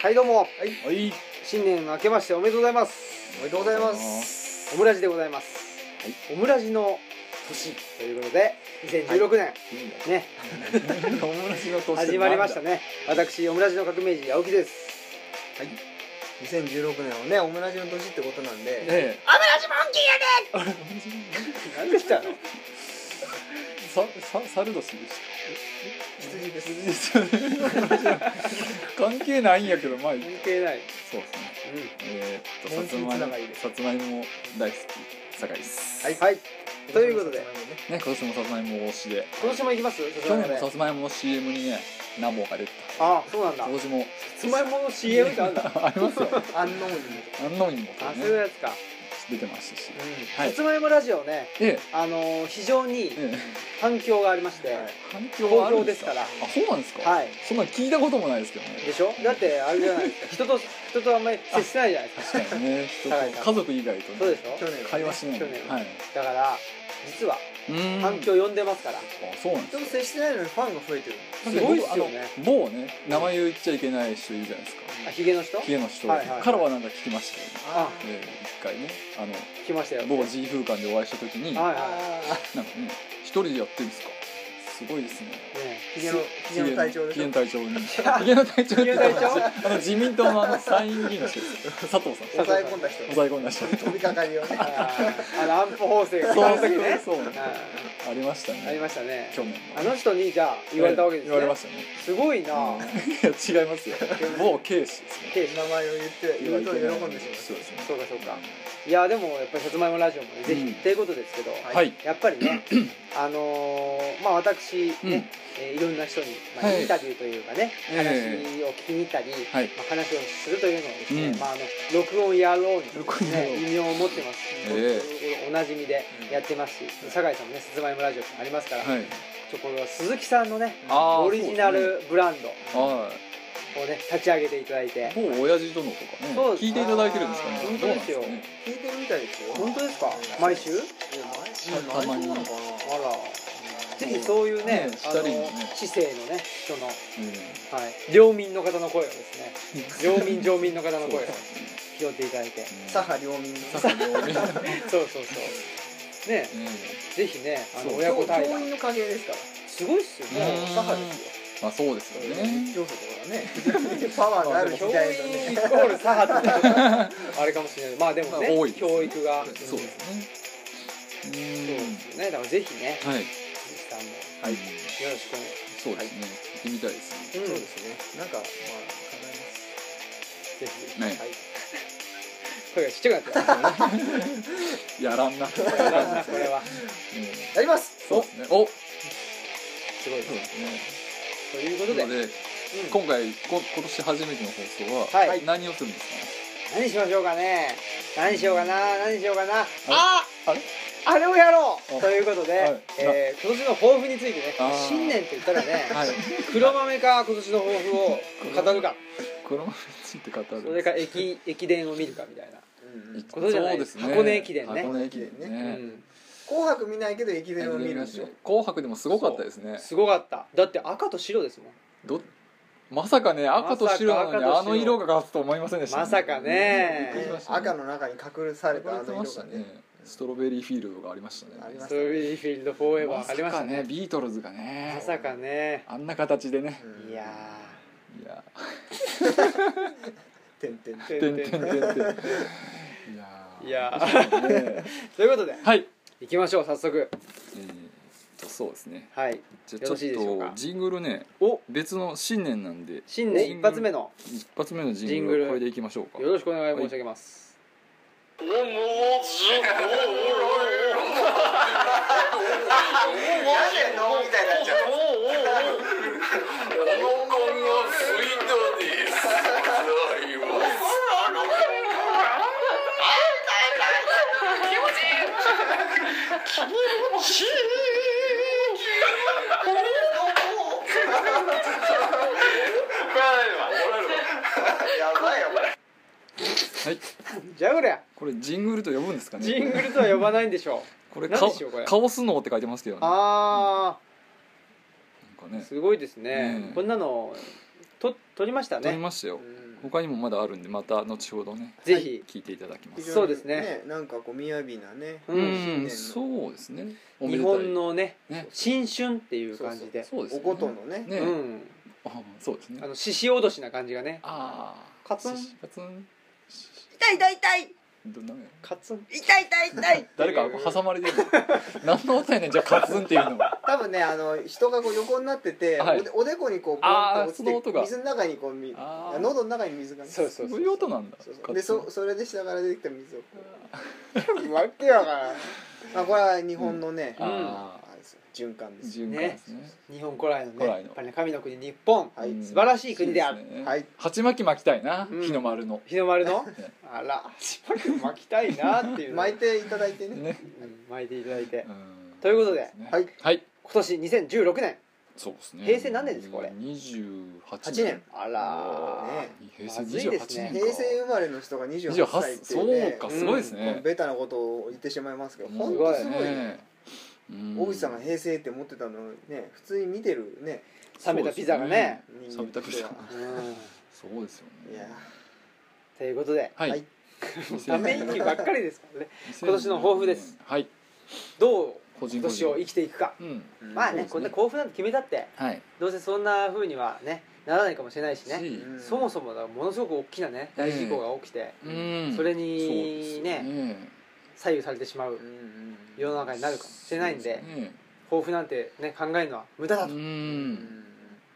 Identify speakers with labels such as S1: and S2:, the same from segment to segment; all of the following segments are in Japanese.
S1: はいどうも、
S2: はい
S1: 新年明けましておめでとうございます
S2: おめでとうございます
S1: オムラジでございます、オムラジの年ということで2016年、
S2: いいね
S1: ね
S2: 友達の年
S1: 始まりました
S2: ね
S1: ね私オムラジの革命児青木です
S2: はいね
S3: 2016年はねオムラジの年ってことなんで
S2: え
S1: 何でしたの
S2: ささ猿年でし
S3: 羊です
S2: た関係ないんやけどまあそう
S1: 関
S2: ですね
S1: 係ない、
S2: えー、っと
S3: モ
S2: さ
S3: ン
S2: つ
S3: キー
S2: まい
S3: つながり
S2: も
S3: で
S2: さつまいも大好き酒井です
S1: はい、はい、ということで
S3: ね
S2: ね今年もさつまいも推しで
S1: 今年も行きます
S2: 去年もさつまいもの CM にね何本か出てた
S1: ああそうなんだ
S2: 今年も
S1: つまいもの CM ってあ るんだ
S2: ありますよ
S3: 安納に
S2: 何のにも
S1: あそういう
S2: ね
S1: やつか、
S2: 出てましたし
S1: うん
S2: はい
S1: さつまいもラジオね
S2: え
S1: あのー非常に
S2: えええ
S1: 反響がありまして、
S3: はい
S2: 反響はあるんですか
S1: 好評で
S2: あ
S1: す
S2: そうなんですか、
S1: はい
S2: そんな聞いたこともないですけどね
S1: でしょだってあれじゃ ないですか人と人とあんまり接してないじゃないですか
S2: 確かにね人と
S1: 高いな
S2: 家族以外と
S1: そうで
S2: ね
S1: しょ
S3: 去年はね
S2: 会話しない
S1: 去年
S2: はい
S1: だから実は
S2: うーん
S1: 反響呼んでますから、
S2: あそうなんで
S3: 人と
S2: す
S3: 接してないのにファンが増えてる
S2: か
S1: すごいっすよね
S2: 僕あの某ね名前を言っちゃいけない人いるじゃないですか
S1: あヒゲの人
S2: 家の人
S1: はいはい
S2: からはなんか聞きましたよね
S1: あ
S2: ええ一回ねあの
S1: 来ましたよ
S2: 某 G 風館でお会いした時になん
S1: は
S2: か
S1: いは
S2: ね一人でやってるんですかすごいですね
S1: いね
S3: ひげのひげの隊長で
S2: ヒ
S3: し
S2: ゲ
S3: ょ
S2: の隊長にヒゲの隊長って言ってました
S1: ヒ
S2: あの自民党のあの参院議員の人です佐藤さん
S3: 抑え込んだ人
S2: 抑え込んだ人
S3: 飛びかかりをね
S1: あーあの安保法制が
S2: そ
S1: そうの時ね
S2: そうそう
S1: う
S2: ありました
S1: んあり
S2: ね
S1: ましたね
S2: 去年
S1: あの人にじゃあ言われたわけですね
S2: 言われましたね
S1: すごいな、
S2: うんいや違いますよ某警視ですね
S1: ケイ
S3: 名前を言って言うと喜んでし
S2: そうですね
S1: そうかそうかいやでもやっぱりさつまいもラジオもねぜひ、
S2: うん
S1: っていうことですけど、
S3: は
S2: はい
S1: やっぱりねあのーまあ私ね、
S2: うん
S1: えーいろんな人に、まあ、
S2: はい
S1: インタビューというかね、
S2: え
S1: 話を聞きに行ったり、
S2: はい
S1: まあ、話をするというのをですね、
S2: うん
S1: まあ、あの録音野郎に、
S2: 録音野郎
S1: ね、異名を持ってますし、
S2: え
S1: おなじみで
S3: うん
S1: やってますし、
S3: うん
S1: 酒井さんもねさつまいもラジオありますから、
S2: はい
S1: ちょこれは鈴木さんのね
S2: あー
S1: オリジナルブランド
S2: は
S1: をね立ち上げていただいて
S2: い某親父殿とかね
S1: そうです
S2: 聞いていただいてるんですかね
S1: 本当
S2: どう
S1: で
S2: なん
S1: す
S2: です
S1: よ
S2: かね
S3: ょ聞いてるみたいですよ
S1: 本当ですか
S3: うん
S1: 毎週
S3: いや毎週
S2: たたまに
S3: 毎週なのか
S1: あらぜひそういうね
S2: ねし
S1: あ
S2: た
S1: の
S2: りね
S1: 市政のね人の、は
S2: うん
S1: い、領民の方の声をですね領民常民の方の声を拾っていただいて
S2: うん
S3: 左派両民の
S2: 左派両面
S1: そうそうそうね
S2: うん
S1: ぜひねあの
S2: そう
S1: 親子対
S3: 教
S1: 談
S3: 員の関係ですから
S1: すごいっすよ
S2: うん
S1: ね
S3: もう左派です
S2: まあそうですよ
S3: よ
S2: ね
S3: 教祖とかがねパワーがある時
S1: 教
S3: 代の
S1: 員イ
S3: ね
S1: コール左派って ちょっとあれかもしれないまあでもね、
S2: まあ多いですね
S1: 教育が
S2: そうです
S1: そう
S2: ね
S1: ですよねだからぜひね
S2: うんはい
S1: 鈴木さんもよ
S2: はい
S1: ろしくお願いし
S2: そうですね聞いてみたいですね
S1: ます、、
S3: そううんで
S1: ぜ
S3: すねなんかまあ考えま
S1: ひぜ
S3: す
S1: ひ
S2: ね
S3: はい
S1: 声がちっちゃくなった
S2: やらん
S1: よ
S2: な
S1: これは
S2: うん
S3: やります
S2: そうですねお
S1: すごい
S2: そうですね
S1: というこ
S2: な
S1: とで、
S2: ので
S1: うん
S2: 今回こ今年初めての放送は、
S1: はい
S2: 何をするんです
S1: 何しましょうかね何しようかな何しようかなあ
S2: かね
S1: あれをやろ
S2: あ
S1: うということで、
S2: はい
S1: えー今年の抱負についてね
S2: あー
S1: 新年って言ったらね、
S2: あれはい
S1: 黒豆か今年の抱負を語るか
S2: 車について語る
S1: それか 駅駅伝を見るかみたいな、
S3: うんうん
S1: ことじゃない
S2: そうですね
S1: 箱根駅伝ね
S2: 箱根駅伝
S1: う
S2: ね、
S1: ん、
S3: 紅白見ないけど駅伝を見るんでしょ
S2: 紅白でもすごかったですね
S1: すごかっただって赤と白ですもん
S2: どまさかね赤と白なのに
S1: まさか
S2: あ
S1: 赤と白
S2: の色が勝つと思いませんでした、
S1: まさかね
S2: びっくりしましたね
S3: 赤の中に隠されたあ
S2: 隠れて
S3: の
S2: ま
S3: 色
S2: した
S3: が
S2: ね
S3: ね
S2: ストロベリーフィールドがありましたね
S3: あり
S1: ス
S3: ました
S1: トロベリーフィールドフォーエバーありました
S2: まさ
S1: ね
S2: かビートルズがね
S1: まさかね
S2: あんな形でね
S3: うん
S1: いや
S2: いや
S3: てんてんてん
S1: ー
S2: てんてんてんてんいやー
S1: いや
S2: ね
S1: ということで
S2: はい
S1: 行きましょう早速
S2: えーっとそうですね
S1: はい
S2: じゃ
S1: よ
S2: あ
S1: ろしい
S2: ち
S1: でしょう
S2: ょっ
S1: か
S2: とジングルね
S1: お
S2: 別の新年なんで
S1: 新年一発目の
S2: 一発目のジン
S1: ン
S2: グ
S1: グ
S2: ル
S1: ル
S2: をこれでいきましょうか
S1: よろしくお願い申し上げます、
S2: はい
S1: じゃあこりゃ
S2: これジングルと呼ぶんですかね
S1: ジングルとは呼ばないんでしょう
S2: これ
S1: 何でしょうこれ
S2: カオスノーって書いてますけどねなん
S1: あ
S2: かね
S1: あすごいですね、
S2: うん
S1: こんなのと撮りました
S2: 撮り
S1: ね
S2: ましたよ
S3: うん
S2: 他にもまだあるんでまた後ほどね
S1: ぜひ
S2: 聞いていただきま
S3: 非常
S2: す
S3: に
S1: そうですね
S3: なんかこう雅なね、
S1: うん
S2: うん
S3: 新
S2: そうですねおめ
S1: 日
S2: でたい
S1: 本のね
S2: ね
S1: 新春っていう感じで
S2: そうです
S3: 年のお
S2: ね
S3: ことのね
S2: ね
S1: うん
S2: あそうですね
S1: あの獅子落としな感じがね
S2: ああ
S1: カツン
S2: カツン
S4: 痛い痛い痛い
S2: どんなね
S1: カツン
S4: 痛い痛い痛い
S2: 誰か挟まれてる何の音やねんじゃあカツンっていうのは
S3: 多分ねあの人がこう横になってて、
S2: はい
S3: おでおでこにこうポン
S2: あー
S3: と落ち
S2: その
S3: て
S2: 音が
S3: 水の中にこうみ
S2: あー
S3: 喉の中に水がね
S1: そうそう
S2: そういう音なんだ
S3: そうそう
S2: カツン
S3: でそそれで下から出てきた水をこうわけわからん、まあ、これは日本のね、
S1: うん
S2: あ
S3: あれですよ循環ですよ
S2: 循環ですね
S1: 日本古来のね
S2: 古
S1: や
S2: 来の
S1: っぱりね神の国日本
S3: はい
S2: うん
S1: 素晴らしい国である
S2: そうすね
S3: はい
S2: 鉢巻き巻きたいな
S1: うん
S2: 日の丸の
S1: 日の丸の
S2: ね
S1: あらしばらく巻きたいなっていうのを
S3: 巻いていただいてね
S2: ね
S1: うん巻いていただいて
S2: うん
S1: ということで
S2: ね
S3: はい
S2: はい
S1: 今年2016年
S2: そうですね
S1: 平成何年ですかこれ
S2: 二十八
S3: 8年
S1: あらー
S3: ね
S2: 平成
S1: まずいで
S2: 28年
S1: すね
S2: か
S3: 平成生まれの人が
S2: 28
S3: 28歳っていう
S2: そう
S3: ね
S2: か
S1: うん
S2: すごいです
S3: もう
S2: ね
S3: ベタなことを言ってしまいますけど
S2: うん
S3: 本当す
S1: す
S3: ごいね
S2: うん
S3: 小渕さんが平成って持ってたのね普通に見てるね
S1: 冷めたピザがね
S2: そうですね冷めたピザ
S1: うん
S2: そうですよ
S3: いや
S2: ね
S1: ということで
S2: は
S3: はい
S1: ため息ばっかりですからね今年の抱負です
S2: はい
S1: どう
S2: 個人
S1: 今
S2: 個
S1: 年を
S2: 人
S1: 生きていくか
S2: うん
S3: うん
S1: まあ
S2: そう
S1: ね
S2: ですね
S1: こんな甲府なんて決めたって
S2: はい
S1: どうせそんな風にはねならないかもしれないしね
S2: し
S3: うん
S1: そもそもだものすごく大きなね大事故が起きて
S2: うん
S1: それ
S2: そうです
S1: に
S2: よ
S1: ね左右されてしまう
S3: うんうん
S1: 世の中になるかもしれないんで
S2: そうすね
S1: 抱負なんてね考えるのは無駄だ
S2: う
S1: と
S3: うん
S2: ん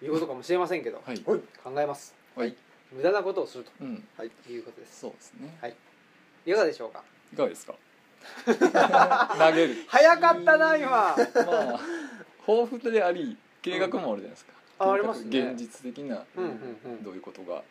S1: いうことかもしれませんけど
S2: はい
S1: 考えます
S2: はい
S1: 無駄なことをする
S2: うん
S1: ということです
S2: そうですね
S1: いかがでしょうか
S2: いかがですか 投げる
S1: 早かったな今
S2: まあ抱負であり計画もあるじゃないですか
S1: あありますね
S2: 現実的な
S1: うんうんうん
S2: どういうことが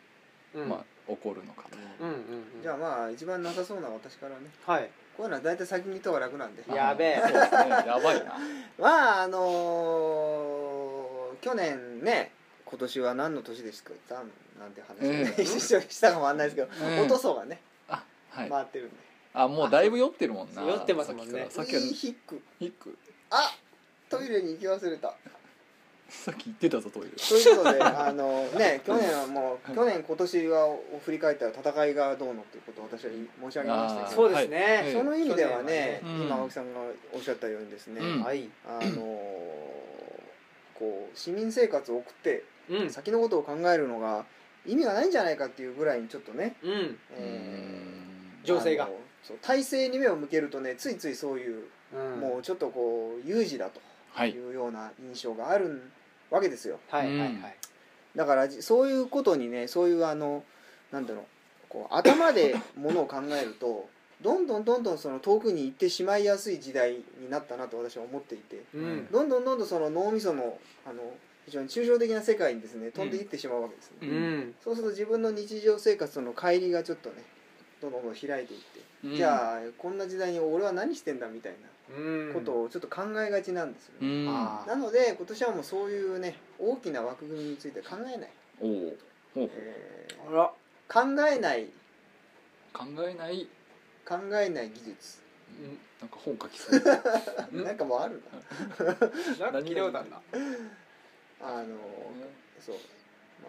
S1: うん
S2: まあ起こるのかと
S1: うんうんうん
S3: じゃあまあ一番なさそうな私からね
S1: はい
S3: こういうのは大体先に言った方が楽なんで
S1: いやべえ
S2: そうですねやばいな
S3: まああのー去年ね今年は何の年ですかなんて話
S2: ええ
S3: をしたかもわかんないですけど、
S2: うん
S3: 落とそうがね
S2: あはい
S3: 回ってるんで、
S2: あもうだいぶ酔ってるもんな
S1: 酔ってますもんね
S2: さっき
S3: ウ
S2: から
S3: ィー
S2: さっきは
S3: ヒック
S2: 一句
S3: あトイレに行き忘れた
S2: さっき言ってたぞトイレ
S3: ということであのね去年はもう去年今年はを振り返ったら戦いがどうのっていうことを私は申し上げました
S2: あー
S3: け
S1: そ
S3: ど
S1: うです
S2: はい
S1: ね
S3: その意味ではね
S2: 去年はねうん
S3: 今青木さんがおっしゃったようにですね、
S2: うん
S1: はい
S3: あのーこう市民生活を送って
S1: うん
S3: 先のことを考えるのが意味がないんじゃないかっていうぐらいにちょっとね、
S1: うん
S3: えー
S1: 情勢が
S3: あのそう体制に目を向けるとねついついそういう、
S1: うん
S3: もうちょっとこう有事だと
S2: はい
S3: いうような印象があるわけですよ
S1: はいはいは
S2: うん
S1: い
S3: だからじそういうことにねそういうあのなんだろうこう頭でものを考えるとどんどんどんどんその遠くに行ってしまいやすい時代になったなと私は思っていて
S1: うん
S3: どんどんどんどんその脳みそのあの非常に抽象的な世界にですね飛んでいってしまうわけですね、
S2: う
S1: うん
S3: そうすると自分の日常生活との乖離がちょっとねどんどんどん開いていって、じ
S2: あ
S3: ゃあこんな時代に俺は何してんだみたい
S1: うん
S3: なことをちょっと考えがちなんですよ
S2: う
S3: ね、
S2: ん
S1: あ
S3: なので今年はもうそういうね大きな枠組みについて考えない、
S2: おおほう
S3: え
S1: あら
S3: ー考えない
S2: 考えない
S3: 考えない技術
S1: うん
S2: なんか本書 きそううん
S3: なんかもうあるな
S1: なんか聞いたことあるな
S3: あのそう、ま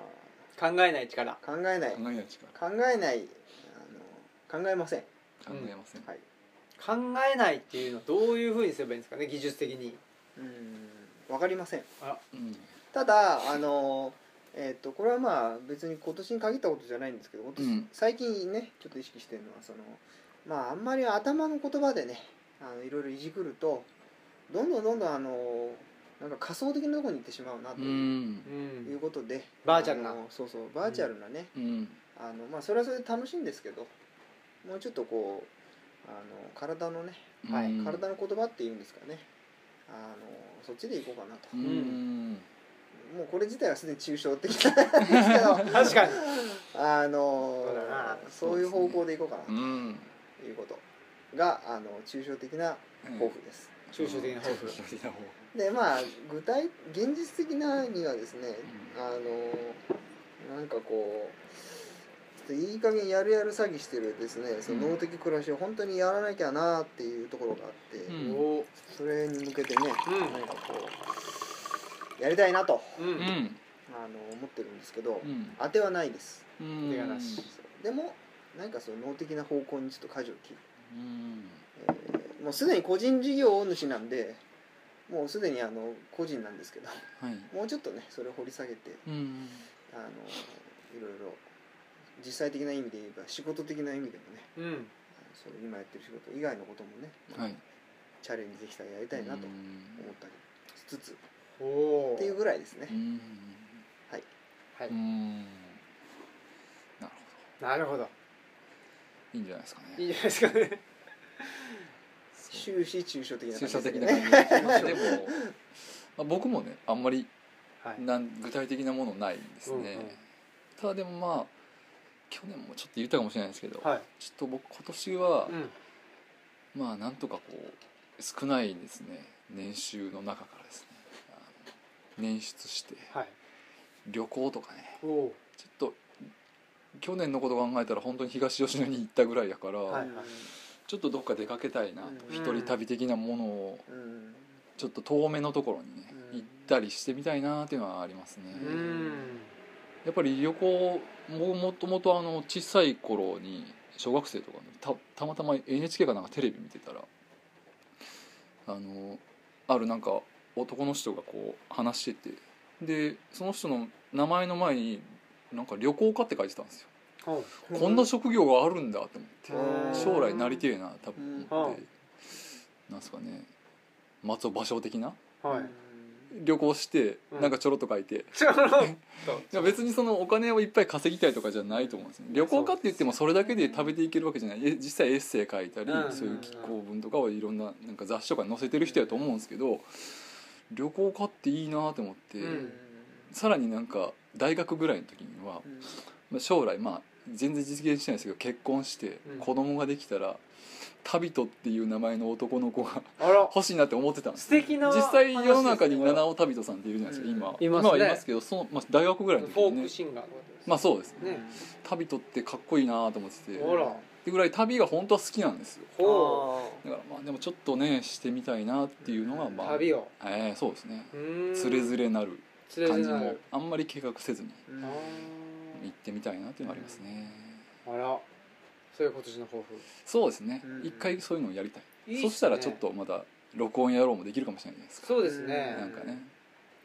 S1: 考えない力
S3: あ、考えない
S2: 考えない力
S3: 考えないあの考えません
S2: 考えません
S3: はい
S1: 考えないっていうのはどういうふうにすればいいんですかね技術的に
S3: うんわかりません
S2: うん
S3: ただあのえっ、とこれはまあ別に今年に限ったことじゃないんですけど今年
S2: うん
S3: 最近ねちょっと意識してるのはそのまああんまり頭の言葉でねあのいろいろいじくるとどんどんどんどんあのなんか仮想的なとこに行ってしまうなと
S2: う
S3: いうんいうことで、
S1: バーチャルな
S3: あのそうそうバーチャルなね、
S2: うん
S3: あのまあそれはそれで楽しいんですけどもうちょっとこうあの体のね
S1: はい
S2: うん
S3: 体の言葉っていうんですかねあのそっちでいこうかなと、
S2: う
S3: も
S2: ん
S3: うこれ自体はすでに抽象的なんですけど
S1: 確かに
S3: あの
S1: そうだな
S3: そういう方向でいこうかな
S2: う
S3: と
S2: ん
S3: いうことが、あの抽象的な抱負です、
S1: 抽象的な抱負
S2: 抽象的な抱負
S3: でまあ具体現実的なにはですねあのなんかこうちょっといい加減やるやる詐欺してるですねその脳的暮らしを本当にやらなきゃなっていうところがあって、
S2: うん
S1: お
S3: それに向けてね、
S1: うん
S3: なんかこうやりたいなと
S1: うん
S2: うん
S3: ああの思ってるんですけど、
S2: うん
S3: 当てはないです
S2: うん
S1: 手がなし
S3: そうでもなんかその脳的な方向にちょっと舵を切る、
S2: うん
S3: えーもうすでに個人事業主なんでもうすでにあの個人なんですけど
S2: はい
S3: もうちょっとねそれを掘り下げて
S2: うん
S3: あのいろいろ実際的な意味で言えば仕事的な意味でもね
S1: うん
S3: その今やってる仕事以外のこともね、
S2: はい
S3: チャレンジできたらやりたいなと
S2: う
S3: 思っ
S2: ん
S3: たりしつつっ
S1: おお
S3: ていうぐらいですね
S2: う、ん
S1: はい
S2: うんなるほ
S1: なるほど
S2: どいいんじゃないですか
S1: いいじ
S2: ね
S1: ゃないですかね
S2: そう
S3: 終始抽象的な
S2: 抽
S3: 感
S2: 象
S3: じ
S2: 的
S3: で
S2: な
S3: ね
S2: 感じでしますでも、まあ、僕もねあんまり
S1: はい
S2: なん具体的なものないですね、
S1: うんうん
S2: ただでもまあ去年もちょっと言ったかもしれないですけど、
S1: はい
S2: ちょっと僕今年は
S1: う、ん
S2: まあなんとかこう少ないですね年収の中からですねあの捻出して
S1: はい
S2: 旅行とかね
S1: おお
S2: ちょっと去年のこと考えたら本当に東吉野に行ったぐらいだから、
S1: は
S3: うん
S2: ちょっとどっか出かけたいなと、
S3: うん
S2: 一人旅的なものを
S3: うん
S2: ちょっと遠めのところにね、
S3: うん
S2: 行ったりしてみたいなっていうのはありますね、
S1: う
S3: うん
S1: ん
S2: やっぱり旅行ももともとあの小さい頃に小学生とかのたたまたま NHK かなんかテレビ見てたらあのあるなんか男の人がこう話しててでその人の名前の前になんか旅行家って書いてたんですよ、
S1: おう
S2: こんな職業があるんだと思って
S1: うん
S2: 将来なりてえな多分思って、
S1: う
S2: なんすかね松尾芭蕉的な
S1: はい
S2: 旅行して
S1: うん
S2: なんかちょろっと書いて、
S1: ちょっ
S2: いや別にそのお金をいっぱい稼ぎたいとかじゃないと思うんですね旅行かって言ってもそれだけで食べていけるわけじゃないえ実際エッセイ書いたり
S1: うん
S2: そういう寄稿文とかをいろんななんか雑誌とかに載せてる人やと思うんですけど旅行かっていいなと思って、
S1: うん
S2: さらになんか大学ぐらいの時にはまあ将来まあ全然実現してないですけど結婚して
S1: うん
S2: 子供ができたら旅人っていう名前の男の子が
S1: あら
S2: 欲しいなって思ってたんです
S1: 素敵な
S2: 実際世の中に七
S1: フ
S2: 尾旅人さんっているじゃないですか
S3: うん
S1: い
S2: 今
S1: ますね
S2: 今はいますけどその、まあ、大学ぐらいの
S1: ォ
S2: 時
S1: ー
S2: にね
S1: クシンガーの
S2: まあそうですね
S1: ね
S2: 旅人ってかっこいいなと思ってて
S1: あら
S2: ってぐらい旅が本当は好きなんですよ
S1: ほ
S2: だからまあでもちょっとねしてみたいなっていうのが
S1: う
S2: まあ
S1: 旅を
S2: ええそうですね
S1: うーん
S2: つれづれなる
S1: つれ
S2: 感
S1: づ
S2: じ
S1: れな
S2: も
S1: る
S2: あんまり計画せずに
S3: うん
S1: あ
S2: 行ってみたいなっていうのがありますね
S1: ーあらそういう今年の抱負
S2: そうですね
S3: うん
S2: 一回そういうのをやりたい
S1: いいっすね
S2: そしたらちょっとまた録音やろうもできるかもしれないじゃないですか
S1: そうですね
S2: なんかね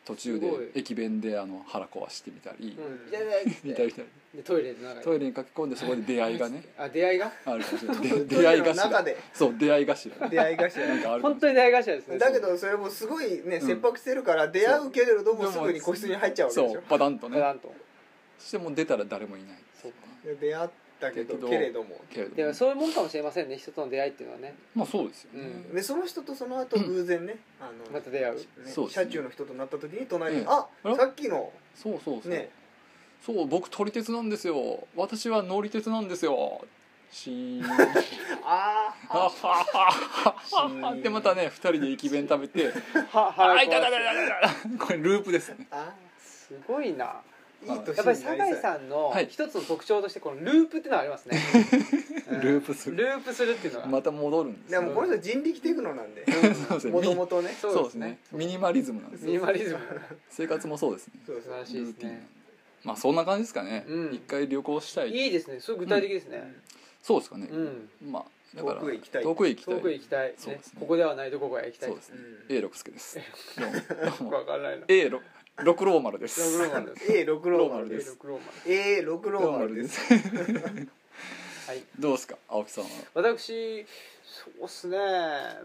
S2: 途中
S1: すごい
S2: で駅弁であの腹壊してみたり
S1: うん痛い痛いっつ
S2: み
S1: ったて
S2: りしたり
S1: でトイレの中で
S2: トイレに駆け込んでそこで出会いがね
S1: あ出会いが
S2: あるかもしれないで出会い
S3: の中
S2: 頭
S3: で
S2: そう出会い頭
S3: 出会い頭
S2: なんかあるかも
S1: 本当に出会い頭ですね
S3: だけどそれもすごいね
S2: うん
S3: 切迫してるから出会うけれどもす
S2: そう
S3: ぐに個室に入っちゃうわけでし
S2: そうパタンと
S1: ペラ
S2: ね
S1: ンと
S2: そしてもう出たら誰もいない
S1: そうか
S3: ょ出会ったけど
S2: だけど
S3: けれども
S2: けれど
S1: で
S2: も
S1: もそういうもんかもしれませんね人との出会いっていうのはね
S2: まあそうですよね、
S1: う
S3: でその人とその後偶然ねあの
S1: また出会う
S3: ね
S2: そうですね
S3: 車中の人となった時に隣に
S2: ええ
S3: あ
S2: あら
S3: さっきの
S2: そうそうそう、
S3: ね
S2: そう僕撮り鉄なんですよ私は乗り鉄なんですよシーン
S3: あ
S2: あはははでまたね二人で駅弁食べて
S1: は
S2: 「 あ
S1: 腹壊
S2: いた
S1: した
S2: たたたたこれループですね
S3: あ
S1: すごいない
S3: い年になり
S1: やっぱり酒井
S3: ん
S1: さんの
S2: はい
S1: 一つの特徴としてこのループっていうのはあります ねうん
S2: ループする
S1: ループするっていうのが
S2: また戻るんです
S3: で
S2: よ
S3: もこの人人力テクノなんで
S2: そうですね
S3: もともとね
S1: そ
S2: そうですねミニマリズムなんです
S1: ミニ
S2: よ
S1: マリズム
S2: 生活もそうですね
S3: そう
S1: 素晴
S3: そう
S1: らしいです
S2: ルーティン
S1: ね
S2: まあそんな感じですかね、
S1: うん
S2: 一回旅行したい
S1: いいですねすごい具体的ですね
S2: そうですかね、
S1: うん
S2: まあだから
S3: 遠くへ行きたい
S2: 遠くへ行きたい
S1: 遠くへ行きたいね
S2: そうですね
S1: ここではないどこかへ行きたい
S2: そうですね A 六輔ですどう
S1: よ
S2: も
S1: くわからないな
S2: A 六六ローマルです
S1: ローマルです
S3: A6 ローマルです
S1: ローマル
S3: A6 ローマルです
S2: す
S1: はい
S2: どうですか青木さんは
S1: 私そうっすね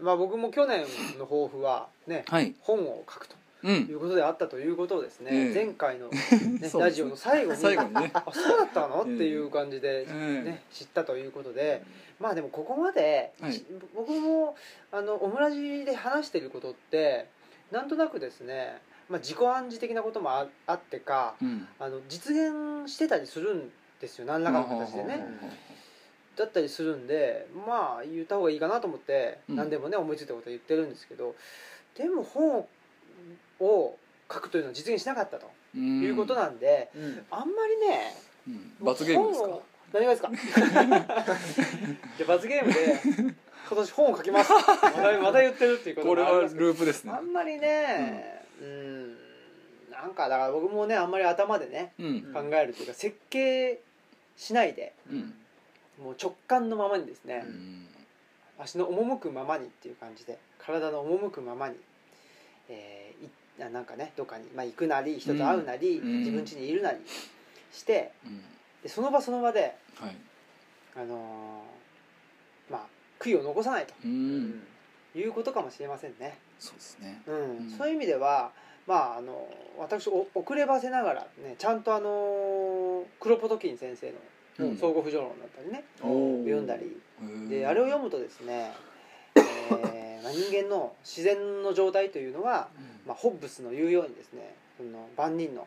S1: まあ僕も去年の抱負はね
S2: はい
S1: 本を書くと
S2: う
S1: い
S2: ん
S1: うことであったということをですね、
S2: ええ
S1: 前回の、ね
S2: そう
S1: ラジオの最後に
S2: 最後にね
S1: あそうだったの、
S2: ええ
S1: っていう感じで、
S2: ええ
S1: ね、知ったということでまあでもここまで、
S2: はい
S1: し僕もあのオムラジで話してることってなんとなくですね、まあ、自己暗示的なこともああってか
S2: うん
S1: あの実現してたりするんですよ何らかの形でね。
S2: うん
S1: だったりするんでまあ言った方がいいかなと思って、
S2: うん
S1: 何でもね思いついたことは言ってるんですけどでも本を書くというのは実現しなかったと
S2: うん
S1: いうことなんで、
S3: うん
S1: あんまりね
S2: うん罰ゲームですか
S1: 本を何がですかじゃあ罰ゲームで今年本を書き ますまたまた言ってるっていうこと
S2: これ
S1: もあり
S2: は
S1: ますけど
S2: ループですね
S1: あんまりねうん、ななんかだから僕もねあんまり頭でね
S2: うん
S1: 考えるというか設計しないで
S2: うん
S1: もう直感のままにですね
S2: う、ん
S1: 足の赴くままにっていう感じで体の赴くままに、えーいななんかねどっかに、まあ、行くなり人と会うなり、
S2: うん
S1: 自分家にいるなりして
S2: うん
S1: でその場その場で、
S2: はい
S1: あのーまあ、悔いを残さない
S2: うん、
S3: うん
S1: ということかもしれませんね。
S2: そうですね
S1: うん
S2: うん
S1: そういう意味では、まあ、あの私お遅ればせながら、ね、ちゃんと、あのークロポトキン先生
S2: う
S1: の
S2: ん
S1: 「相互不条論」だったりね、
S2: おー
S1: 読んだり
S2: へー
S1: であれを読むとですね、えーまあ、人間の自然の状態というのは、まあ、ホッブスの言うようにですねその万人の、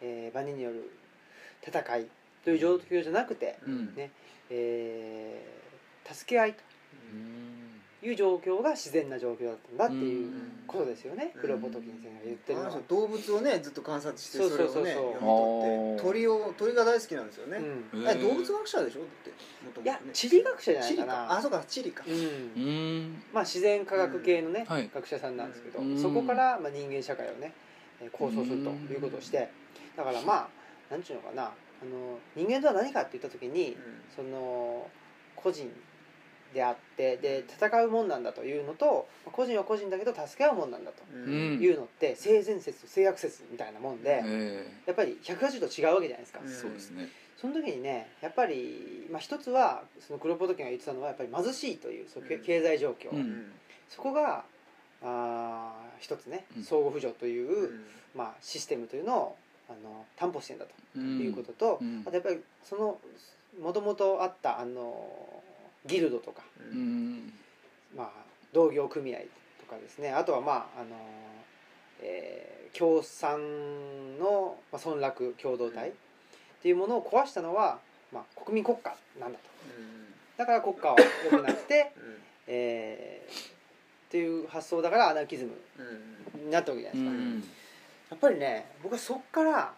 S1: えー万人による戦いという状況じゃなくて、
S2: うん
S1: ねえー助け合い
S2: うん
S1: という状況が自然な状況だったんだっていう
S2: うん
S1: ことですよね、
S3: うん
S1: クロポトキン先生が言ってる
S3: あ
S1: の
S3: の
S1: は
S3: 人。動物をねずっと観察してそれ
S1: そ
S3: を
S1: うそうそう
S3: ね
S1: そう
S3: 読み取って
S2: あー
S3: 鳥を鳥が大好きなんですよね、
S1: うん
S2: へ
S3: え
S2: ー
S3: 動物学者でしょだって元々ね
S1: いや地理学者じゃな
S3: 地
S1: い
S3: 理
S1: か
S3: か
S1: な
S3: あそうか地理か
S1: う、
S2: うんん
S1: まあ、自然科学系のね、
S2: うんはい
S1: 学者さんなんですけど、
S2: うん
S1: そこからまあ人間社会をねえー構想すると
S2: うん
S1: いうことをしてだからまあなんていうのかなあの人間とは何かって言った時に、その個人であってで戦うもんなんだというのと個人は個人だけど助け合うもんなんだ
S3: う
S2: うん
S1: と
S2: ん
S1: いうのって性善説と性悪説みたいなもんで、
S2: え
S1: やっぱり180度違うわけじゃないですか。
S2: えそうですね
S1: その時にねやっぱり、まあ、一つはそのクロポトキンが言ってたのはやっぱり貧しいというそうけ
S3: うん
S1: 経済状況、
S2: うん
S1: そこがあー一つね
S2: うん
S1: 相互扶助というう、
S3: ん
S1: まあ、システムというのをあの担保してんだ
S2: と
S1: ということと、
S2: うん
S1: あとやっぱりそのもともとあったあのギルドとか、
S3: うん
S2: うん
S1: まあ、同業組合とかですねあとはまああの、えー共産の、まあ、村落共同体っていうものを壊したのは、まあ、国民国家なんだと。だから国家は良くなくて、 えーっていう発想だからアナキズム
S3: うん
S1: になったわけじゃないで
S2: う
S1: すか、
S2: ん
S1: やっぱりね僕はそっから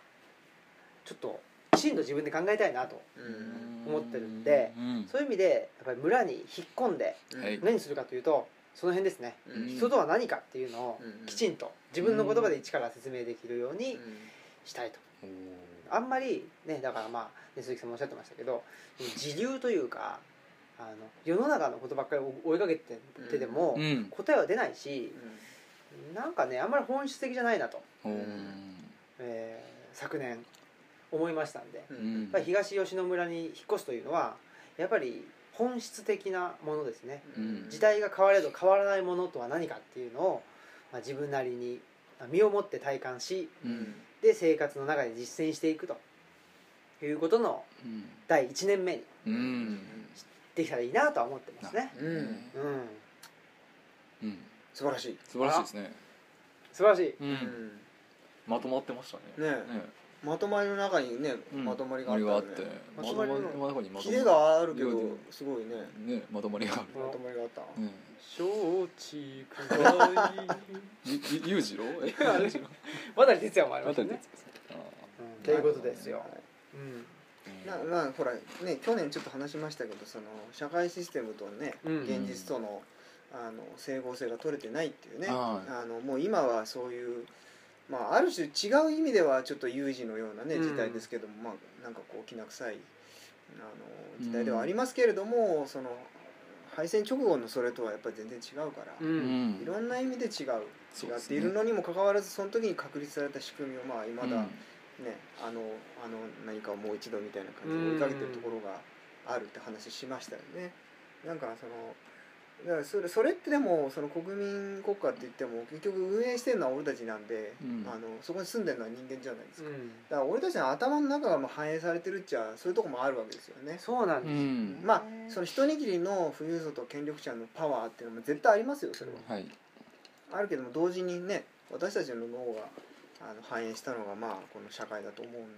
S1: ちょっときちんと自分で考えたいなと
S3: うん
S1: 思ってるんで
S2: うん
S1: そういう意味でやっぱり村に引っ込んで
S3: うん
S2: はい
S1: 何するかというとその辺ですね、
S3: うん
S1: 人とは何かっていうのを
S3: うん
S1: きちんと自分の言葉で一から説明できるようにしたいと
S2: おー
S1: あんまりねだからまあ、ね、鈴木さんもおっしゃってましたけど自流というかあの世の中のことばっかり追いかけててでも、
S2: うん
S1: 答えは出ないし
S3: うん
S1: なんかねあんまり本質的じゃないなと、
S2: おー
S1: えー昨年思いましたんでやっ
S2: うん
S1: ぱり東吉野村に引っ越すというのはやっぱり本質的なものですね
S2: うん
S1: 時代が変われど変わらないものとは何かっていうのを、まあ、自分なりにまあ身をもって体感し
S2: うん
S1: で生活の中で実践していくということの
S2: うん
S1: 第1年目に
S2: うん
S1: できたらいいなとは思ってますね。
S3: うん
S1: うん、
S2: うん
S3: 素晴らしい
S2: 素晴らしいですね
S1: 素晴らしい。
S2: うんまとまってましたね
S3: ねまとまりの中にね
S2: うん
S3: まとまりが
S2: あれが
S3: あ
S2: あ
S3: っ
S2: ったて
S3: よね
S2: まとまりの中にまとまり
S3: キレがあるけど
S2: いやでも
S3: すごいね
S2: ねまとまりがあ
S1: うん
S3: まとまりがあった
S2: るね
S1: 承知くらい。
S2: ゆゆ裕 次郎え
S1: あれ
S2: 裕次郎
S1: 渡哲也もあり ま
S2: あ
S1: した
S2: たり
S1: ね
S2: で。すあ
S1: うんということですよ
S3: は。い
S1: うん。
S3: な
S2: ー
S3: まあほらね去年ちょっと話しましたけどその社会システムとね
S1: うん
S3: 現実とのあの整合性が取れてないっていうね
S2: は
S3: あのもう今はそういう、まあ、ある種違う意味ではちょっと有事のようなね
S1: うん
S3: 事態ですけども、まあなんかこうきな臭いあの事態ではありますけれども、その敗戦直後のそれとはやっぱり全然違うから、
S1: う。
S2: いうん
S3: い
S2: ん
S3: ろんな意味で違う
S2: そう
S3: 違
S2: で
S3: っ
S2: す
S3: て
S2: ね
S3: いるのにもかかわらずその時に確立された仕組みをまあいまだね、あのあの何かをもう一度みたいな感じで追いかけてるところがあるって話しましたよね。なんかそのだからそれそれってでもその国民国家って言っても結局運営してるのは俺たちなんで、
S2: うん
S3: あのそこに住んでるのは人間じゃないです
S1: う
S3: か、
S1: ん。
S3: だから俺たちの頭の中がまあ反映されてるっちゃそういうとこもあるわけですよね
S1: そうなん
S2: う
S1: です。
S2: ん
S3: まあその一握りの富裕層と権力者のパワーっていうのも絶対ありますよそれは
S2: はい
S3: あるけども同時にね私たちの脳があの反映したのがまあこの社会だと思うん
S2: う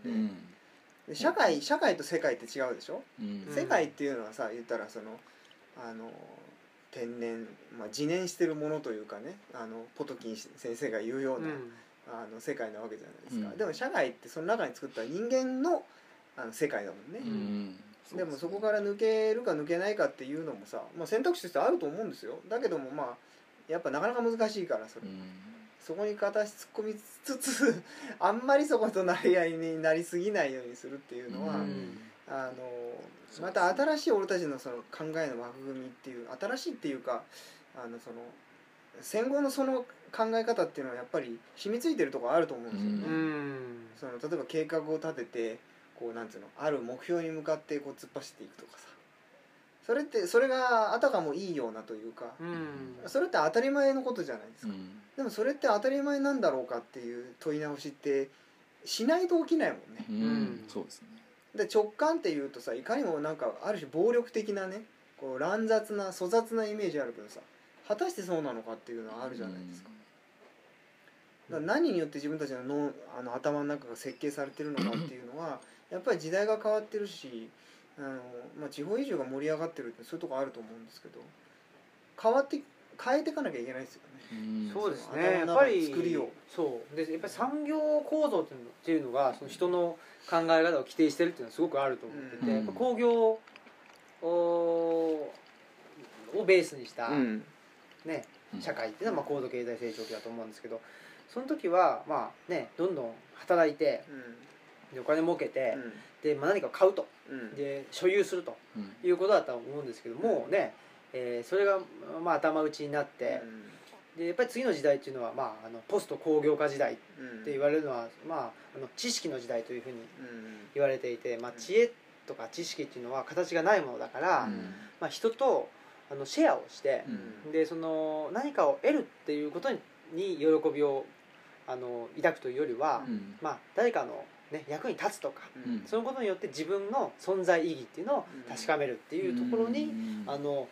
S3: で,で、
S2: ん
S3: 社会社会と世界って違うでしょ、
S2: うん
S1: うん
S3: 世界っていうのはさ言ったらそのあの天然、まあ、自燃してるものというかねあのポトキン先生が言うよ
S1: う
S3: うな、
S1: ん。
S3: あの世界なわけじゃないですか、
S2: うん
S3: でも社会ってその中に作った人間のあの世界だもんね、
S2: うんう
S3: です
S2: ね
S3: もそこから抜けるか抜けないかっていうのもさ、まあ、選択肢としてあると思うんですよだけどもまあやっぱなかなか難しいからそれ
S2: う、ん
S3: そこに片足突っ込みつつあんまりそことなり合いになりすぎないようにするっていうのは、
S2: うん
S3: あの
S2: そう
S3: また新しい俺たちのその考えの枠組みっていう新しいっていうかあのその戦後のその考え方っていうのはやっぱり染みついてるところあると思うんですよね。
S2: うん
S1: うん
S3: その例えば計画を立ててこうなんつうのある目標に向かってこう突っ走っていくとかさそれってそれがあたかもいいようなというか
S1: うん
S3: それって当たり前のことじゃないです
S2: う
S3: か、
S2: ん
S3: でもそれって当たり前なんだろうかっていう問い直しってしないと起きないもんね
S2: うん
S1: うん
S2: そうですね
S3: で直感っていうとさいかにもなんかある種暴力的なねこう乱雑な粗雑なイメージあるけどさ果たしてそうなのかっていうのはあるじゃないですか,、だから何によって自分たちの脳あの頭の中が設計されてるのかっていうのはやっぱり時代が変わってるしあの、まあ、地方移住が盛り上がってるってそういうとこあると思うんですけど変わって変えていかなきゃいけないですよね。
S2: うん
S1: そうですね
S3: 頭
S1: や
S3: の
S1: っぱ
S3: 中
S1: り
S3: の作りを
S1: そうでやっぱり産業構造っていうのっていうのがその人の考え方を規定してるっていうのはすごくあると思ってて、
S2: うん
S1: やっぱ工業おをベースにした、
S3: うん
S1: ね、
S2: うん
S1: 社会っていうのはまあ高度経済成長期だと思うんですけどその時はまあねどんどん働いてでお金儲けて、でまあ、何かを買うと
S3: うん
S1: で所有すると
S2: うん
S1: いうことだったと思うんですけどもうね、えーそれが、まあ、頭打ちになってでやっぱり次の時代っていうのは、まあ、あのポスト工業化時代
S3: うん
S1: って言われるのは、まあ、あの知識の時代というふうに
S3: うん
S1: 言われていて、まあ、知恵とか知識っていうのは形がないものだから、
S2: うん
S1: まあ、人とあのシェアをして
S2: う、
S3: ん
S1: でその何かを得るっていうことにに喜びをあの抱くというよりは、
S2: うん
S1: まあ、誰かの、ね、役に立つとか
S2: うん
S1: そのことによって自分の存在意義っていうのを確かめるっていうところに、
S2: うん
S1: あの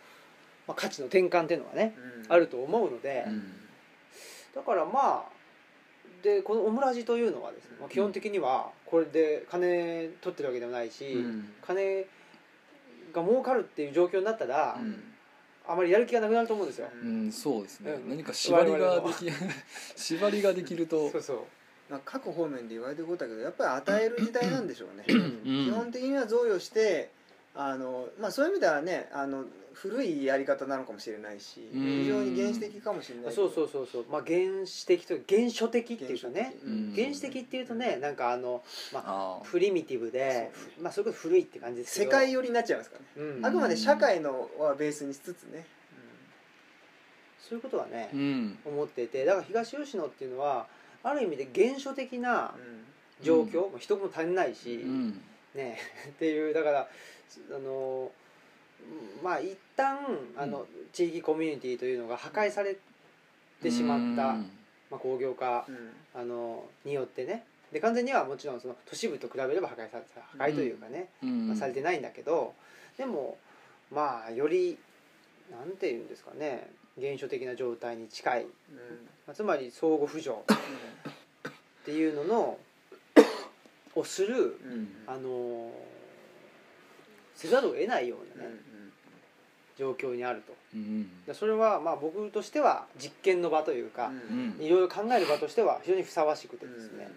S1: まあ、価値の転換っていうのがねあると思うので、
S2: うん
S1: だからまあでこのオムラジというのはですね、まあ、基本的にはこれで金取ってるわけでもないし、
S2: うん
S1: 金が儲かるっていう状況になったら、
S2: うん
S1: あまりやる気がなくなると思うんですよ。
S2: うんそうですね
S1: うん
S2: 何か縛り
S1: 我
S2: が
S1: 々
S2: で
S1: の
S2: き縛りができると
S1: そうそう
S3: まあ、各方面で言われてることだけどやっぱり与える時代なんでしょうね
S2: うん
S3: 基本的には贈与してあの、まあ、そういう意味ではねあの古いやり方なのかもしれないし
S2: うん
S3: 非常に原始的かもしれない
S1: そうそうそうそう、まあ、原始的という原初的っていうかね
S2: うん
S1: 原始的っていうとねなんかあの
S2: あー
S1: プリミティブでまあそれこそ古いって感じですけ
S3: 世
S1: ど
S3: 界寄りになっちゃいますからね、
S1: うん
S3: あくまで社会のはベースにしつつね、
S1: そういうことはね
S2: うん
S1: 思っててだから東吉野っていうのはある意味で原初的な状況、まあ人も足りないし、
S2: うん
S1: ね っていうだからあのまあ一旦あの、
S2: う
S1: 地域コミュニティというのが破壊されてしまった、
S2: うん
S1: まあ、工業化
S3: うんうん
S1: あのによってねで完全にはもちろんその都市部と比べれば破壊さ破壊というかね、
S2: うん
S1: まあ、されてないんだけどでもまあよりなんていうんですかね原初的な状態に近い、
S3: うん
S1: まあ、つまり相互扶助っていうののをする
S3: うんうん
S1: あのせざるを得ないよう
S3: う
S1: なんね状況にあると
S2: うん
S1: でそれはまあ僕としては実験の場というか、
S3: うんうん
S2: うん
S1: いろいろ考える場としては非常にふさわしくてですね、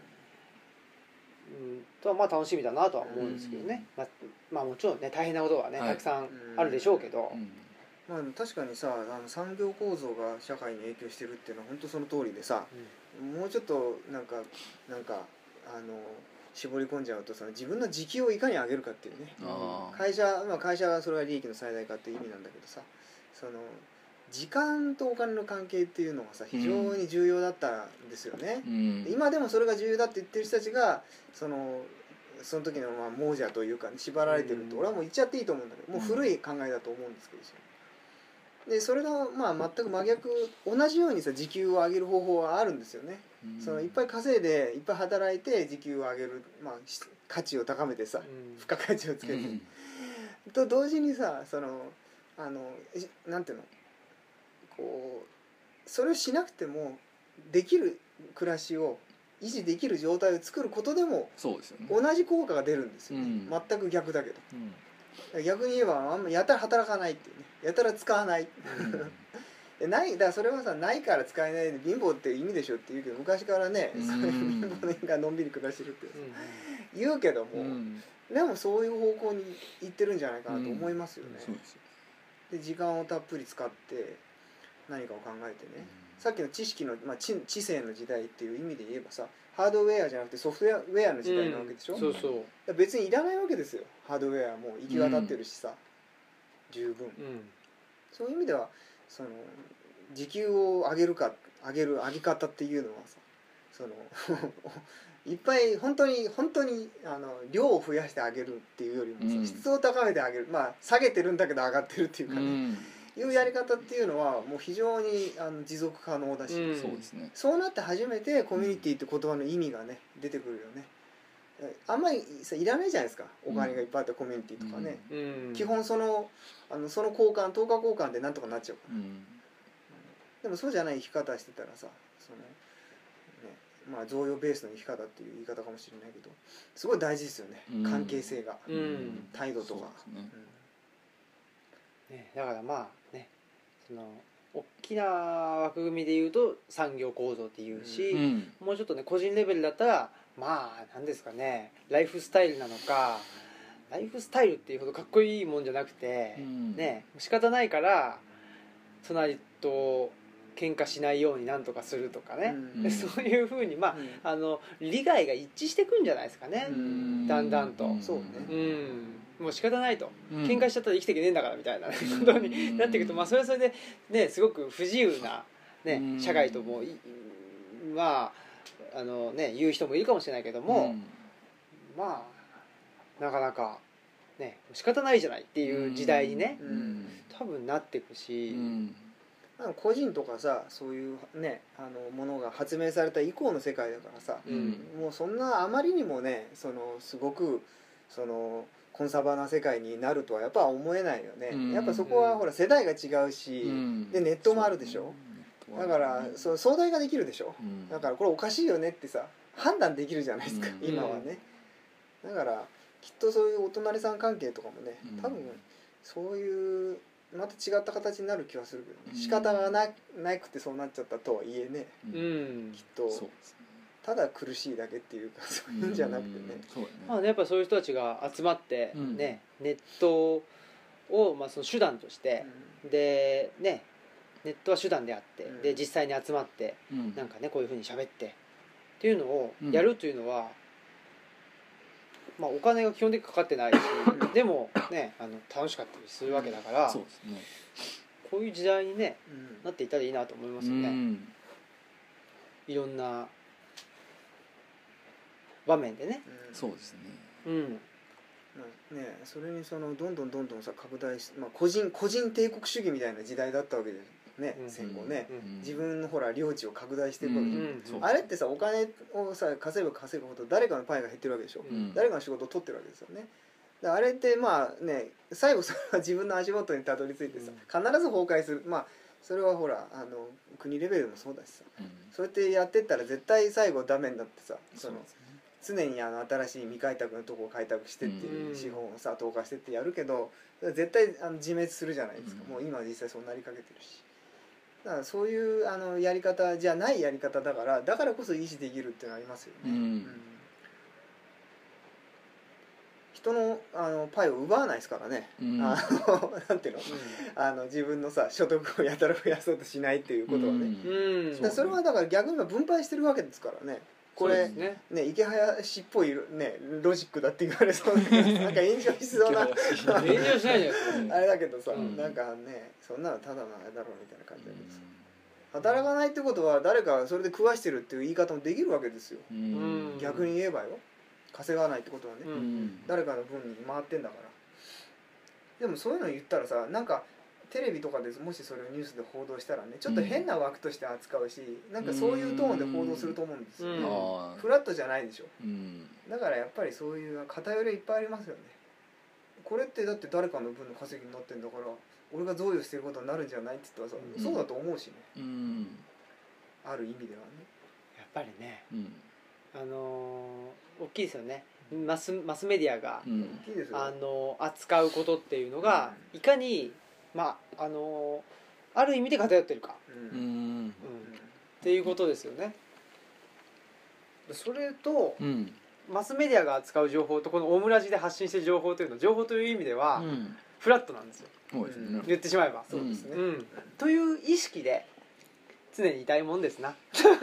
S1: うん、とはまあ楽しみだなとは思うんですけどね、まあ、まあもちろんね大変なことはね、
S2: はい
S1: たくさんあるでしょうけど、
S2: うん
S3: まあ、確かにさあの産業構造が社会に影響してるっていうのは本当その通りでさもうちょっとなんかなんかあの絞り込んじゃうとさ自分の時給をいかに上げるかっていうね
S2: あー
S3: 会社、まあ、会社がそれが利益の最大化っていう意味なんだけどさその時間とお金の関係っていうのがさ非常に重要だったんですよね
S2: う、ん
S3: で今でもそれが重要だって言ってる人たちがそのその時のまあ亡者というか縛られてるって
S1: うん
S3: 俺はもう言っちゃっていいと思うんだけどもう古い考えだと思うんですけどそれでそれがまあ全く真逆同じようにさ時給を上げる方法はあるんですよね
S2: うん
S3: そのいっぱい稼いでいっぱい働いて時給を上げる、まあ、し価値を高めてさ
S1: うん
S3: 付加価値をつけ
S2: う
S3: て、
S2: ん
S3: と同時にさそのあのしなんていうのこうそれをしなくてもできる暮らしを維持できる状態を作ることでも
S2: そうですよね
S3: 同じ効果が出るんですよね、
S2: うん
S3: 全く逆だけど
S2: うん
S3: 逆に言えばあんまやたら働かないっていうねやたら使わないでないだからそれはさないから使えないで貧乏って意味でしょって言うけど昔からね、
S2: うん
S3: そういう貧乏人がのんびり暮らしてるって
S1: う
S3: 言うけども、
S2: うん
S3: でもそういう方向に行ってるんじゃないかなと思いますよね、
S2: そうですよ
S3: で時間をたっぷり使って何かを考えてね、
S2: うん
S3: さっきの知識の、まあ、知知性の時代っていう意味で言えばさハードウェアじゃなくてソフトウェアウェアの時代なわけでしょ、
S1: うん
S3: だか
S1: そうそう
S3: ら別にいらないわけですよハードウェアも行き渡ってるしさ、十
S1: う
S3: 分
S1: ん
S3: そういう意味ではその時給を上げるか上げる上げ方っていうのはさその いっぱい本当に本当にあの量を増やしてあげるっていうよりもさ、
S2: うん
S3: 質を高めてあげるまあ下げてるんだけど上がってるっていうか
S2: う
S3: ね、
S2: ん
S3: いうやり方っていうのはもう非常にあの持続可能だし、
S1: うん
S2: そうですね
S3: そうなって初めてコミュニティって言葉の意味がね出てくるよねあんまりさいらないじゃないですかお金がいっぱいあってコミュニティとかね、
S1: うん
S3: 基本そのあのその交換等価交換でなんとかなっちゃうから
S2: うん
S3: でもそうじゃない生き方してたらさその、ねまあ、贈与ベースの生き方っていう言い方かもしれないけどすごい大事ですよね
S2: うん
S3: 関係性が、
S1: うん
S3: 態度とか
S2: そうですね
S1: ね、だからまあねその大きな枠組みで言うと産業構造っていうし、
S2: うん
S1: もうちょっとね個人レベルだったらまあ何ですかねライフスタイルなのかライフスタイルっていうほどかっこいいもんじゃなくて、
S2: うん
S1: ね仕方ないから隣と喧嘩しないようになんとかするとかね、
S3: うん
S1: で そういうふうにまあ、あの利害が一致してくんじゃないですかね、
S3: う
S1: だんだんと
S3: そうね
S1: うんもう仕方ないと
S2: うん
S1: 喧嘩しちゃったら生きていけねえんだからみたいなねことに
S2: に
S1: なっていくと、まあ、それはそれで、ね、すごく不自由な、
S2: う
S1: ね、
S2: ん
S1: 社会ともいまああの、ね、言う人もいるかもしれないけども、まあなかなか、ね、仕方ないじゃないっていう時代にね
S3: う
S2: うんん
S1: 多分なっていく
S2: う
S1: し、
S2: ん
S3: あの個人とかさそういうねあのものが発明された以降の世界だからさ、
S1: うん
S3: もうそんなあまりにもねそのすごくそのコンサバな世界になるとはやっぱ思えないよね、
S2: うん
S3: やっぱそこはほら世代が違うし、
S2: うん
S3: でネットもあるでしょ
S2: そう
S3: だ
S2: ね
S3: からそう相対ができるでしょ
S2: うん
S3: だからこれおかしいよねってさ判断できるじゃないですか、
S2: うん
S3: 今はねだからきっとそういうお隣さん関係とかもね
S2: うん
S3: 多分そういうまた違った形になる気はするけど、ね
S2: うん
S3: 仕方がななくてそうなっちゃったとはいえね
S2: うん
S1: うん
S3: きっと
S2: そうですね
S3: ただ苦しいだけっていうかそういうんじゃなくてね
S2: うんそう
S1: ま
S2: だ
S1: あ
S2: ね
S1: ね、やっぱそういう人たちが集まって、
S2: うん
S1: ねネットを、まあ、その手段として、で、ね、ネットは手段であって、
S3: うん
S1: で実際に集まって
S2: うん
S1: なんかねこういうふうに喋ってっていうのをやるというのは、まあ、お金が基本的にかかって ないし
S3: うん
S1: でも、ね、あの楽しかったりするわけだから、
S2: そうですね
S1: こういう時代に、ね、
S3: うん
S1: なっていったらいいなと思いますよね、
S2: うん
S1: いろんな場面でね。
S3: うん
S2: そうですね
S1: うん
S3: まあねそれにそのどんどんどんどんさ拡大し、まあ、個人個人帝国主義みたいな時代だったわけですね、
S1: うん
S3: 戦後ね、
S1: うん
S3: 自分のほら領地を拡大していくわけ、
S1: うん
S2: そう
S3: あれってさお金をさ稼げば稼ぐほど誰かのパイが減ってるわけでしょ、
S2: うん
S3: 誰かの仕事を取ってるわけですよねであれってまあね最後それは自分の足元にたどり着いてさ
S1: うん
S3: 必ず崩壊するまあそれはほらあの国レベルでもそうだしさ
S2: うん
S3: そうやってやってったら絶対最後ダメになってさそ
S2: そう
S3: の
S2: ですね
S3: 常にあの新しい未開拓のとこを開拓してっていううん資本をさ投下してってやるけど絶対あの自滅するじゃないですか、
S2: うん
S3: もう今は実際そうなりかけてるしだからそういうあのやり方じゃないやり方だからだからこそ維持できるっていうのはありますよね、
S2: うん
S3: 人のあのパイを奪わないですからね、
S2: うん
S3: あのなんていうのあの自分のさ所得をやたら増やそうとしないっていうことはね、だ
S1: う
S2: うん
S1: ん
S3: からそれはだから逆に今分配してるわけですからねこれ、
S1: そうですね
S3: ね、池早氏っぽいねロジックだって言われそうななんか炎上しそうな
S1: 炎上しないじゃないですか
S3: あれだけどさ、
S2: うん
S3: なんかねそんなのただのあれだろうみたいな感じだけどさ
S2: う
S3: 働かないってことは誰かがそれで食わしてるっていう言い方もできるわけですよ、
S1: うん
S2: ん
S3: 逆に言えばよ稼がないってことはね、
S1: う
S2: うんん
S3: 誰かの分に回ってんだからでもそういうの言ったらさなんかテレビとかでもしそれをニュースで報道したらねちょっと変な枠として扱うし、なんかそういうトーンで報道すると思うんですよね、
S1: うん
S2: あ
S3: フ
S2: ー
S3: ラットじゃないでしょ
S2: うん
S3: だからやっぱりそういう偏りいっぱいありますよねこれってだって誰かの分の稼ぎになってんだから俺が贈与してることになるんじゃないって言ったらさ、
S1: うん
S3: そうだと思うしね
S2: うん
S3: ある意味ではね
S1: やっぱりね
S2: うん
S1: あのー大きいですよねマスマスメディアが
S2: う、ん
S3: 大きいですよ
S1: あのー扱うことっていうのが、いかにまああのーある意味で偏ってるか、
S3: うん
S2: う
S3: うん
S2: ん
S1: うんっていうことですよねそれと
S2: うん
S1: マスメディアが扱う情報とこのオムラジで発信してる情報というのは情報という意味では、
S2: うん
S1: フラットなんですよ
S2: そうですね
S1: 言ってしまえば、
S3: そうですね、
S1: うんという意識で常に痛いもんですな、
S2: まあそう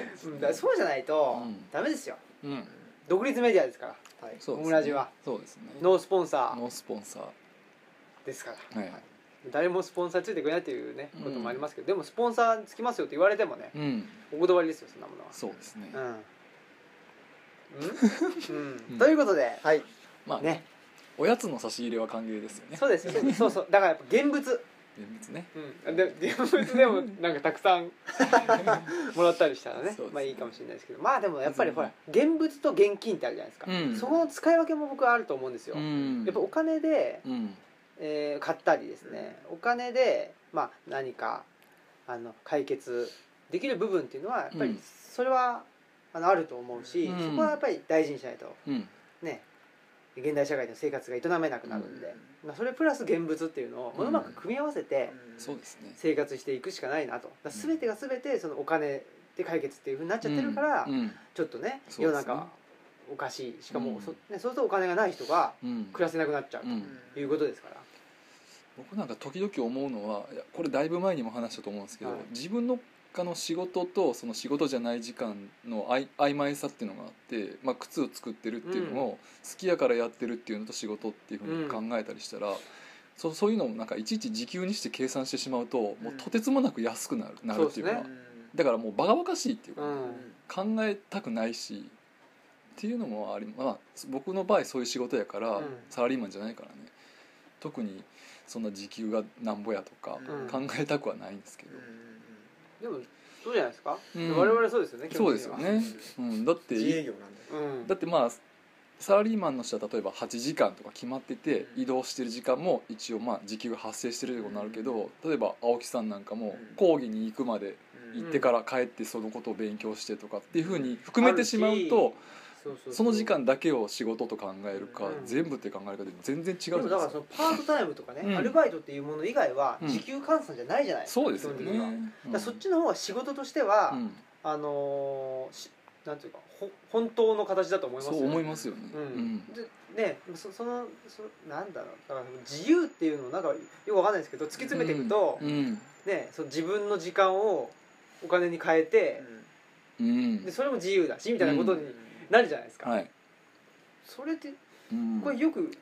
S2: です
S1: う
S2: ね
S1: ん、だからそうじゃないと
S2: うん
S1: ダメですよ
S2: うん
S1: 独立メディアですから
S3: はい
S2: そう
S1: オムラジは
S2: そうですね
S1: ノースポンサー
S2: ノースポンサー
S1: ですから
S2: はい
S1: 誰もスポンサーついてくれないっていうね
S2: うん
S1: こともありますけど、でもスポンサーつきますよって言われてもね
S2: うん
S1: お断りですよそんなものは
S2: そうですね
S1: うん、うん
S2: う
S1: うんん、ということで、
S3: はい
S2: まあね
S1: ね
S2: おやつの差し入れは歓迎ですよね
S1: そうですよそうそうだからやっぱ現物
S2: 厳密ね
S1: うん、で現物でもなんかたくさ んもらったりしたらね
S2: そうですね
S1: まあいいかもしれないですけどまあでもやっぱりほら現物と現金ってあるじゃないですか、
S2: うん
S1: そこの使い分けも僕はあると思うんですよ、
S2: うん
S1: やっぱお金で、
S2: うん
S1: えー買ったりですねお金で、まあ、何かあの解決できる部分っていうのはやっぱ
S2: うん
S1: りそれは、あのあると思うし、
S2: うん
S1: そこはやっぱり大事にしないと
S2: うん
S1: ね現代社会の生活が営めなくなるんで、まあ、それプラス現物っていうのをまあ
S2: う
S1: う
S2: ん
S1: まく組み合わせて、
S2: そうですね
S1: 生活していくしかないなとだから全てが全てそのお金で解決っていうふうになっちゃってるから、
S2: うんうん
S1: ちょっとね
S2: そう
S1: 世
S2: ですね
S1: の中はおかしいしかも、
S2: うん
S1: そね、そうするとお金がない人が
S2: うん
S1: 暮らせなくなっちゃう
S2: うん
S1: ということですから、
S2: 僕なんか時々思うのはいやこれだいぶ前にも話したと思うんですけど、
S1: はい
S2: 自分の他の仕事とその仕事じゃない時間のあい曖昧さっていうのがあって、まあ、靴を作ってるっていうのを好きやからやってるっていうのと仕事っていうふうに考えたりしたら、そうそういうのもなんかいちいち時給にして計算してしまうともうとてつもなく安くなるなるっていうか
S1: そうです
S2: だからもうバカバカしいっていうか、
S1: うん
S2: 考えたくないしっていうのもあり、まあ、僕の場合そういう仕事やから、
S1: うん
S2: サラリーマンじゃないからね特にそんな時給がなんぼやとか
S1: うん
S2: 考えたくはないんですけど、
S1: でもそうじゃないですか、
S2: うん
S1: 我々そうですよね基
S2: そ
S1: 本
S2: うで
S1: 的には
S2: すよね、うんだっ
S3: 自営
S2: て
S3: 業なんで
S1: うん
S2: だってまあサラリーマンの人は例えば8時間とか決まってて
S3: うん
S2: 移動してる時間も一応まあ時給が発生してることになるけど例えば青木さんなんかも
S3: うん
S2: 講義に行くまで行ってから帰ってそのことを勉強してとかっていうふうに含めてしまうと、
S1: そうそうう
S2: その時間だけを仕事と考えるか、
S1: うん
S2: 全部って考え方で全然違うじ
S1: で
S2: ゃない
S1: も
S2: で
S1: だか
S2: す
S1: らそ
S2: か
S1: のパートタイムとかね、
S2: うん
S1: アルバイトっていうもの以外は
S2: うん
S1: 時給換算じゃないじゃない
S2: そうですよ
S1: 基
S2: ね、
S1: 本的にはだ
S2: うん
S1: からそっちの方が仕事としては、
S2: うん
S1: あのーしなんていうかほ本当の形だと思いますよ
S2: そ
S1: ね
S2: う思いますよね、
S1: う
S2: うん
S1: んでねそそのそなんだろうだから自由っていうのをなんかよくわかんないですけど突き詰めていくと、
S2: うん
S1: ね、その自分の時間をお金に変えて、
S2: うん
S1: でそれも自由だしみたいなことになるじゃないですか、
S2: はい、
S1: それって
S2: うん
S1: これよく、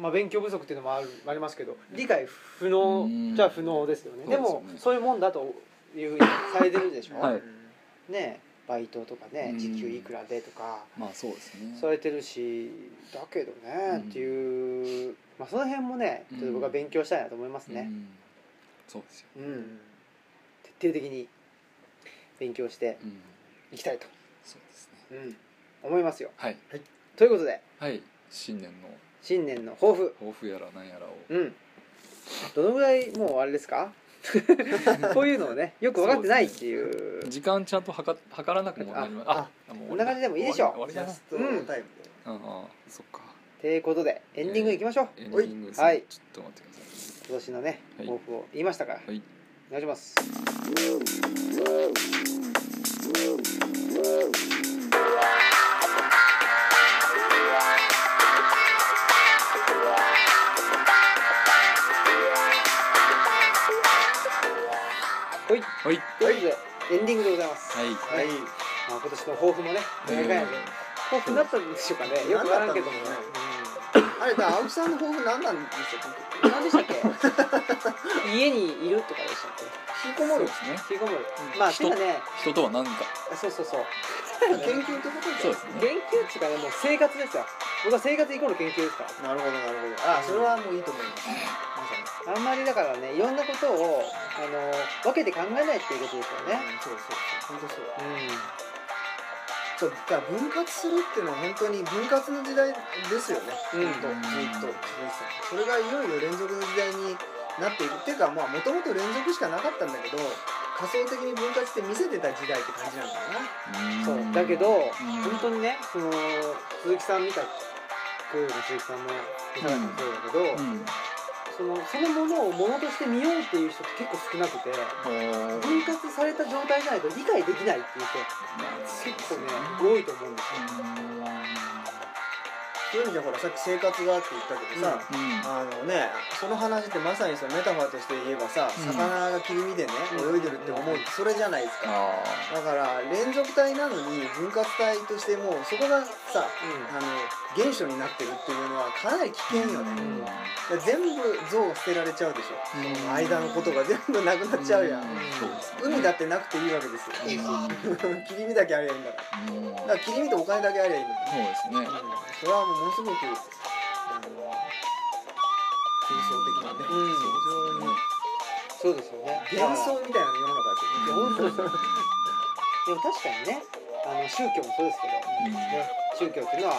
S1: まあ、勉強不足っていうのもあるありますけど理解不
S2: う
S1: 能
S2: ん
S1: じゃ不能ですよね、
S2: そうで
S1: です
S2: よ
S1: も
S2: ね
S1: そういうもんだというふうにされてるでしょ、
S2: はい
S1: ねバイトとかね
S2: うん
S1: 時給いくらでとか。
S2: まあそうですね
S1: されてるしだけどね、
S2: うん
S1: っていう、まあ、その辺もねちょっと僕は勉強したいなと思います
S2: う
S1: ね、
S2: んそうですよ、
S1: うん徹底的に勉強して
S2: うん、
S1: いきたいと、
S2: そうですね
S1: うん思いますよ
S2: はい
S1: ということで
S2: はい新年の
S1: 新年の抱負
S2: 抱負やらなんやらを
S1: うんどのぐらいもうあれですか こういうのを ねよく分かってないっていう
S2: 時間ちゃんと測測らなくもなります
S1: あこんな感じでもいいでしょう
S2: 終わり
S3: ジ
S2: だ
S3: ャ
S2: な
S3: ストタイム
S2: うんうんそっか
S1: っていうことでエンディングいきましょう、
S2: エンディングですね
S1: はい
S2: ちょっと待ってください
S1: 今年のね
S2: はい
S1: 抱負を言いましたから、
S2: い
S1: お願いしますはい、
S2: はい
S1: ということでエンディングでございます。
S2: はい
S1: はい、まあ、今年の抱負もね、何回も抱負になったんでしょうかね、よくわからんけどもね。
S3: あれだ青木さんの抱負何なんでした
S1: う
S3: っ
S1: ん何でしたっけ。家にいるとかでしたっけ。引きこも
S2: そう
S1: る
S2: で。すね
S1: 引きこもる。まあ、て
S2: 人
S1: かね、
S2: 人とは何か
S1: そうそうそう。
S3: け研究ってこと
S2: そうですね
S1: 研究っていうかね、もう生活ですよ。僕は生活イコール研究ですから。
S3: なるほどなるほどあそれはもういいと思います
S1: あんまりだからねいろんなことをあの分けて考えないっていうことですよね。
S3: そうそうそう本当そう
S1: う
S3: そうだから分割するっていうのは本当に分割の時代ですよね、
S1: うん
S3: ずっとずっと続いてたそれがいよいよ連続の時代になっていくっていうかまあもともと連続しかなかったんだけど仮想的に分割して見せてた時代って感じなんだ
S1: ん、そ
S3: よな、
S1: うだけど、本当
S2: に
S1: にねその鈴木さん見たくの鈴木さんも見たくもそうだけど、そのそのものをものとして見ようっていう人って結構少なくて分割された状態じゃないと理解できないっていう人結構ね多いと思うんですよ。
S3: そういう意味じゃほらさっき生活がって言ったけどさ、
S2: うん
S3: あのね、その話ってまさにそのメタファーとして言えばさ、
S2: うん
S3: 魚が切り身でね
S1: うん
S3: 泳いでるって思うってそれじゃないですか、
S2: あ
S3: だから連続体なのに分割体としてもうそこがさあの原初になってるっていうのはかなり危険よね、
S2: うん
S3: だから全部像捨てられちゃうでしょ、
S2: ーうん
S3: 間のことが全部なくなっちゃうやん、
S2: んそうですね
S3: 海だってなくていいわけですよ、 切り身だけありゃいいんだから
S2: うんうん
S3: だから切り身とお金だけありゃいいんだから、
S2: そうですね
S3: うんそれはもうものすごくあの空想的なね、
S1: うん
S3: 非常に
S1: そうですよね
S3: 幻想みたいな世の
S1: いや本当で
S3: 中ですよ、
S1: すよでも確かにねあの宗教もそうですけど
S2: うん
S1: ね、宗教っていうのはあ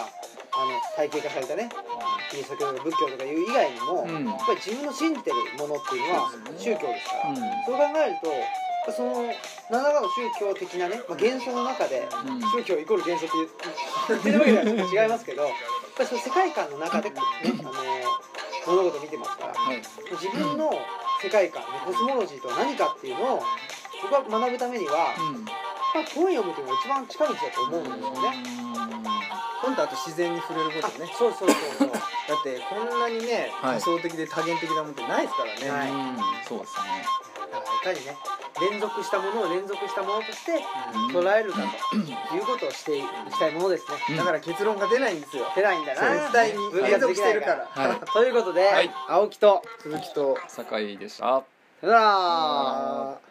S1: の体系化されたねキリスト教とか仏教とかいう以外にも、
S2: う
S1: やっ
S2: んうん
S1: ぱり自分の信じてるものっていうのは
S3: そうです
S1: 宗
S3: ね
S1: 教ですから、そう考えるとやっぱその何らかの宗教的なね、まあ、幻想の中で、
S2: うん
S1: 宗教イコール幻想って言う言ってるわけではちょっと違いますけどやっぱりその世界観の中で、ね、あの物事を見てますから
S2: はい
S1: 自分の世界観コスモロジーとは何かっていうのを僕は学ぶためには、
S2: うん
S1: まあ、本読むというのが一番近道だと思うんですよね。
S3: 今度あと自然に触れること
S1: あ
S3: ね
S1: そうそうそうそう
S3: だってこんなにね
S2: はい
S3: 多層的で多元的なもんってないですからね、
S1: ない
S2: うんそうですね
S1: だからいかにね連続したものを連続したものとして
S2: うん
S1: 捉えるかということをしていきたいものですね。
S2: うん
S3: だから結論が出ないんですよ
S1: 出ないんだな。
S3: 絶対に
S1: 分
S3: 連
S1: 割で
S3: 続
S1: き
S3: し
S1: な
S3: て
S1: い
S3: るから。
S2: はい
S1: ということで、
S2: はい
S1: 青木と
S3: 続きと
S2: 酒井でした
S1: さよなら
S3: あー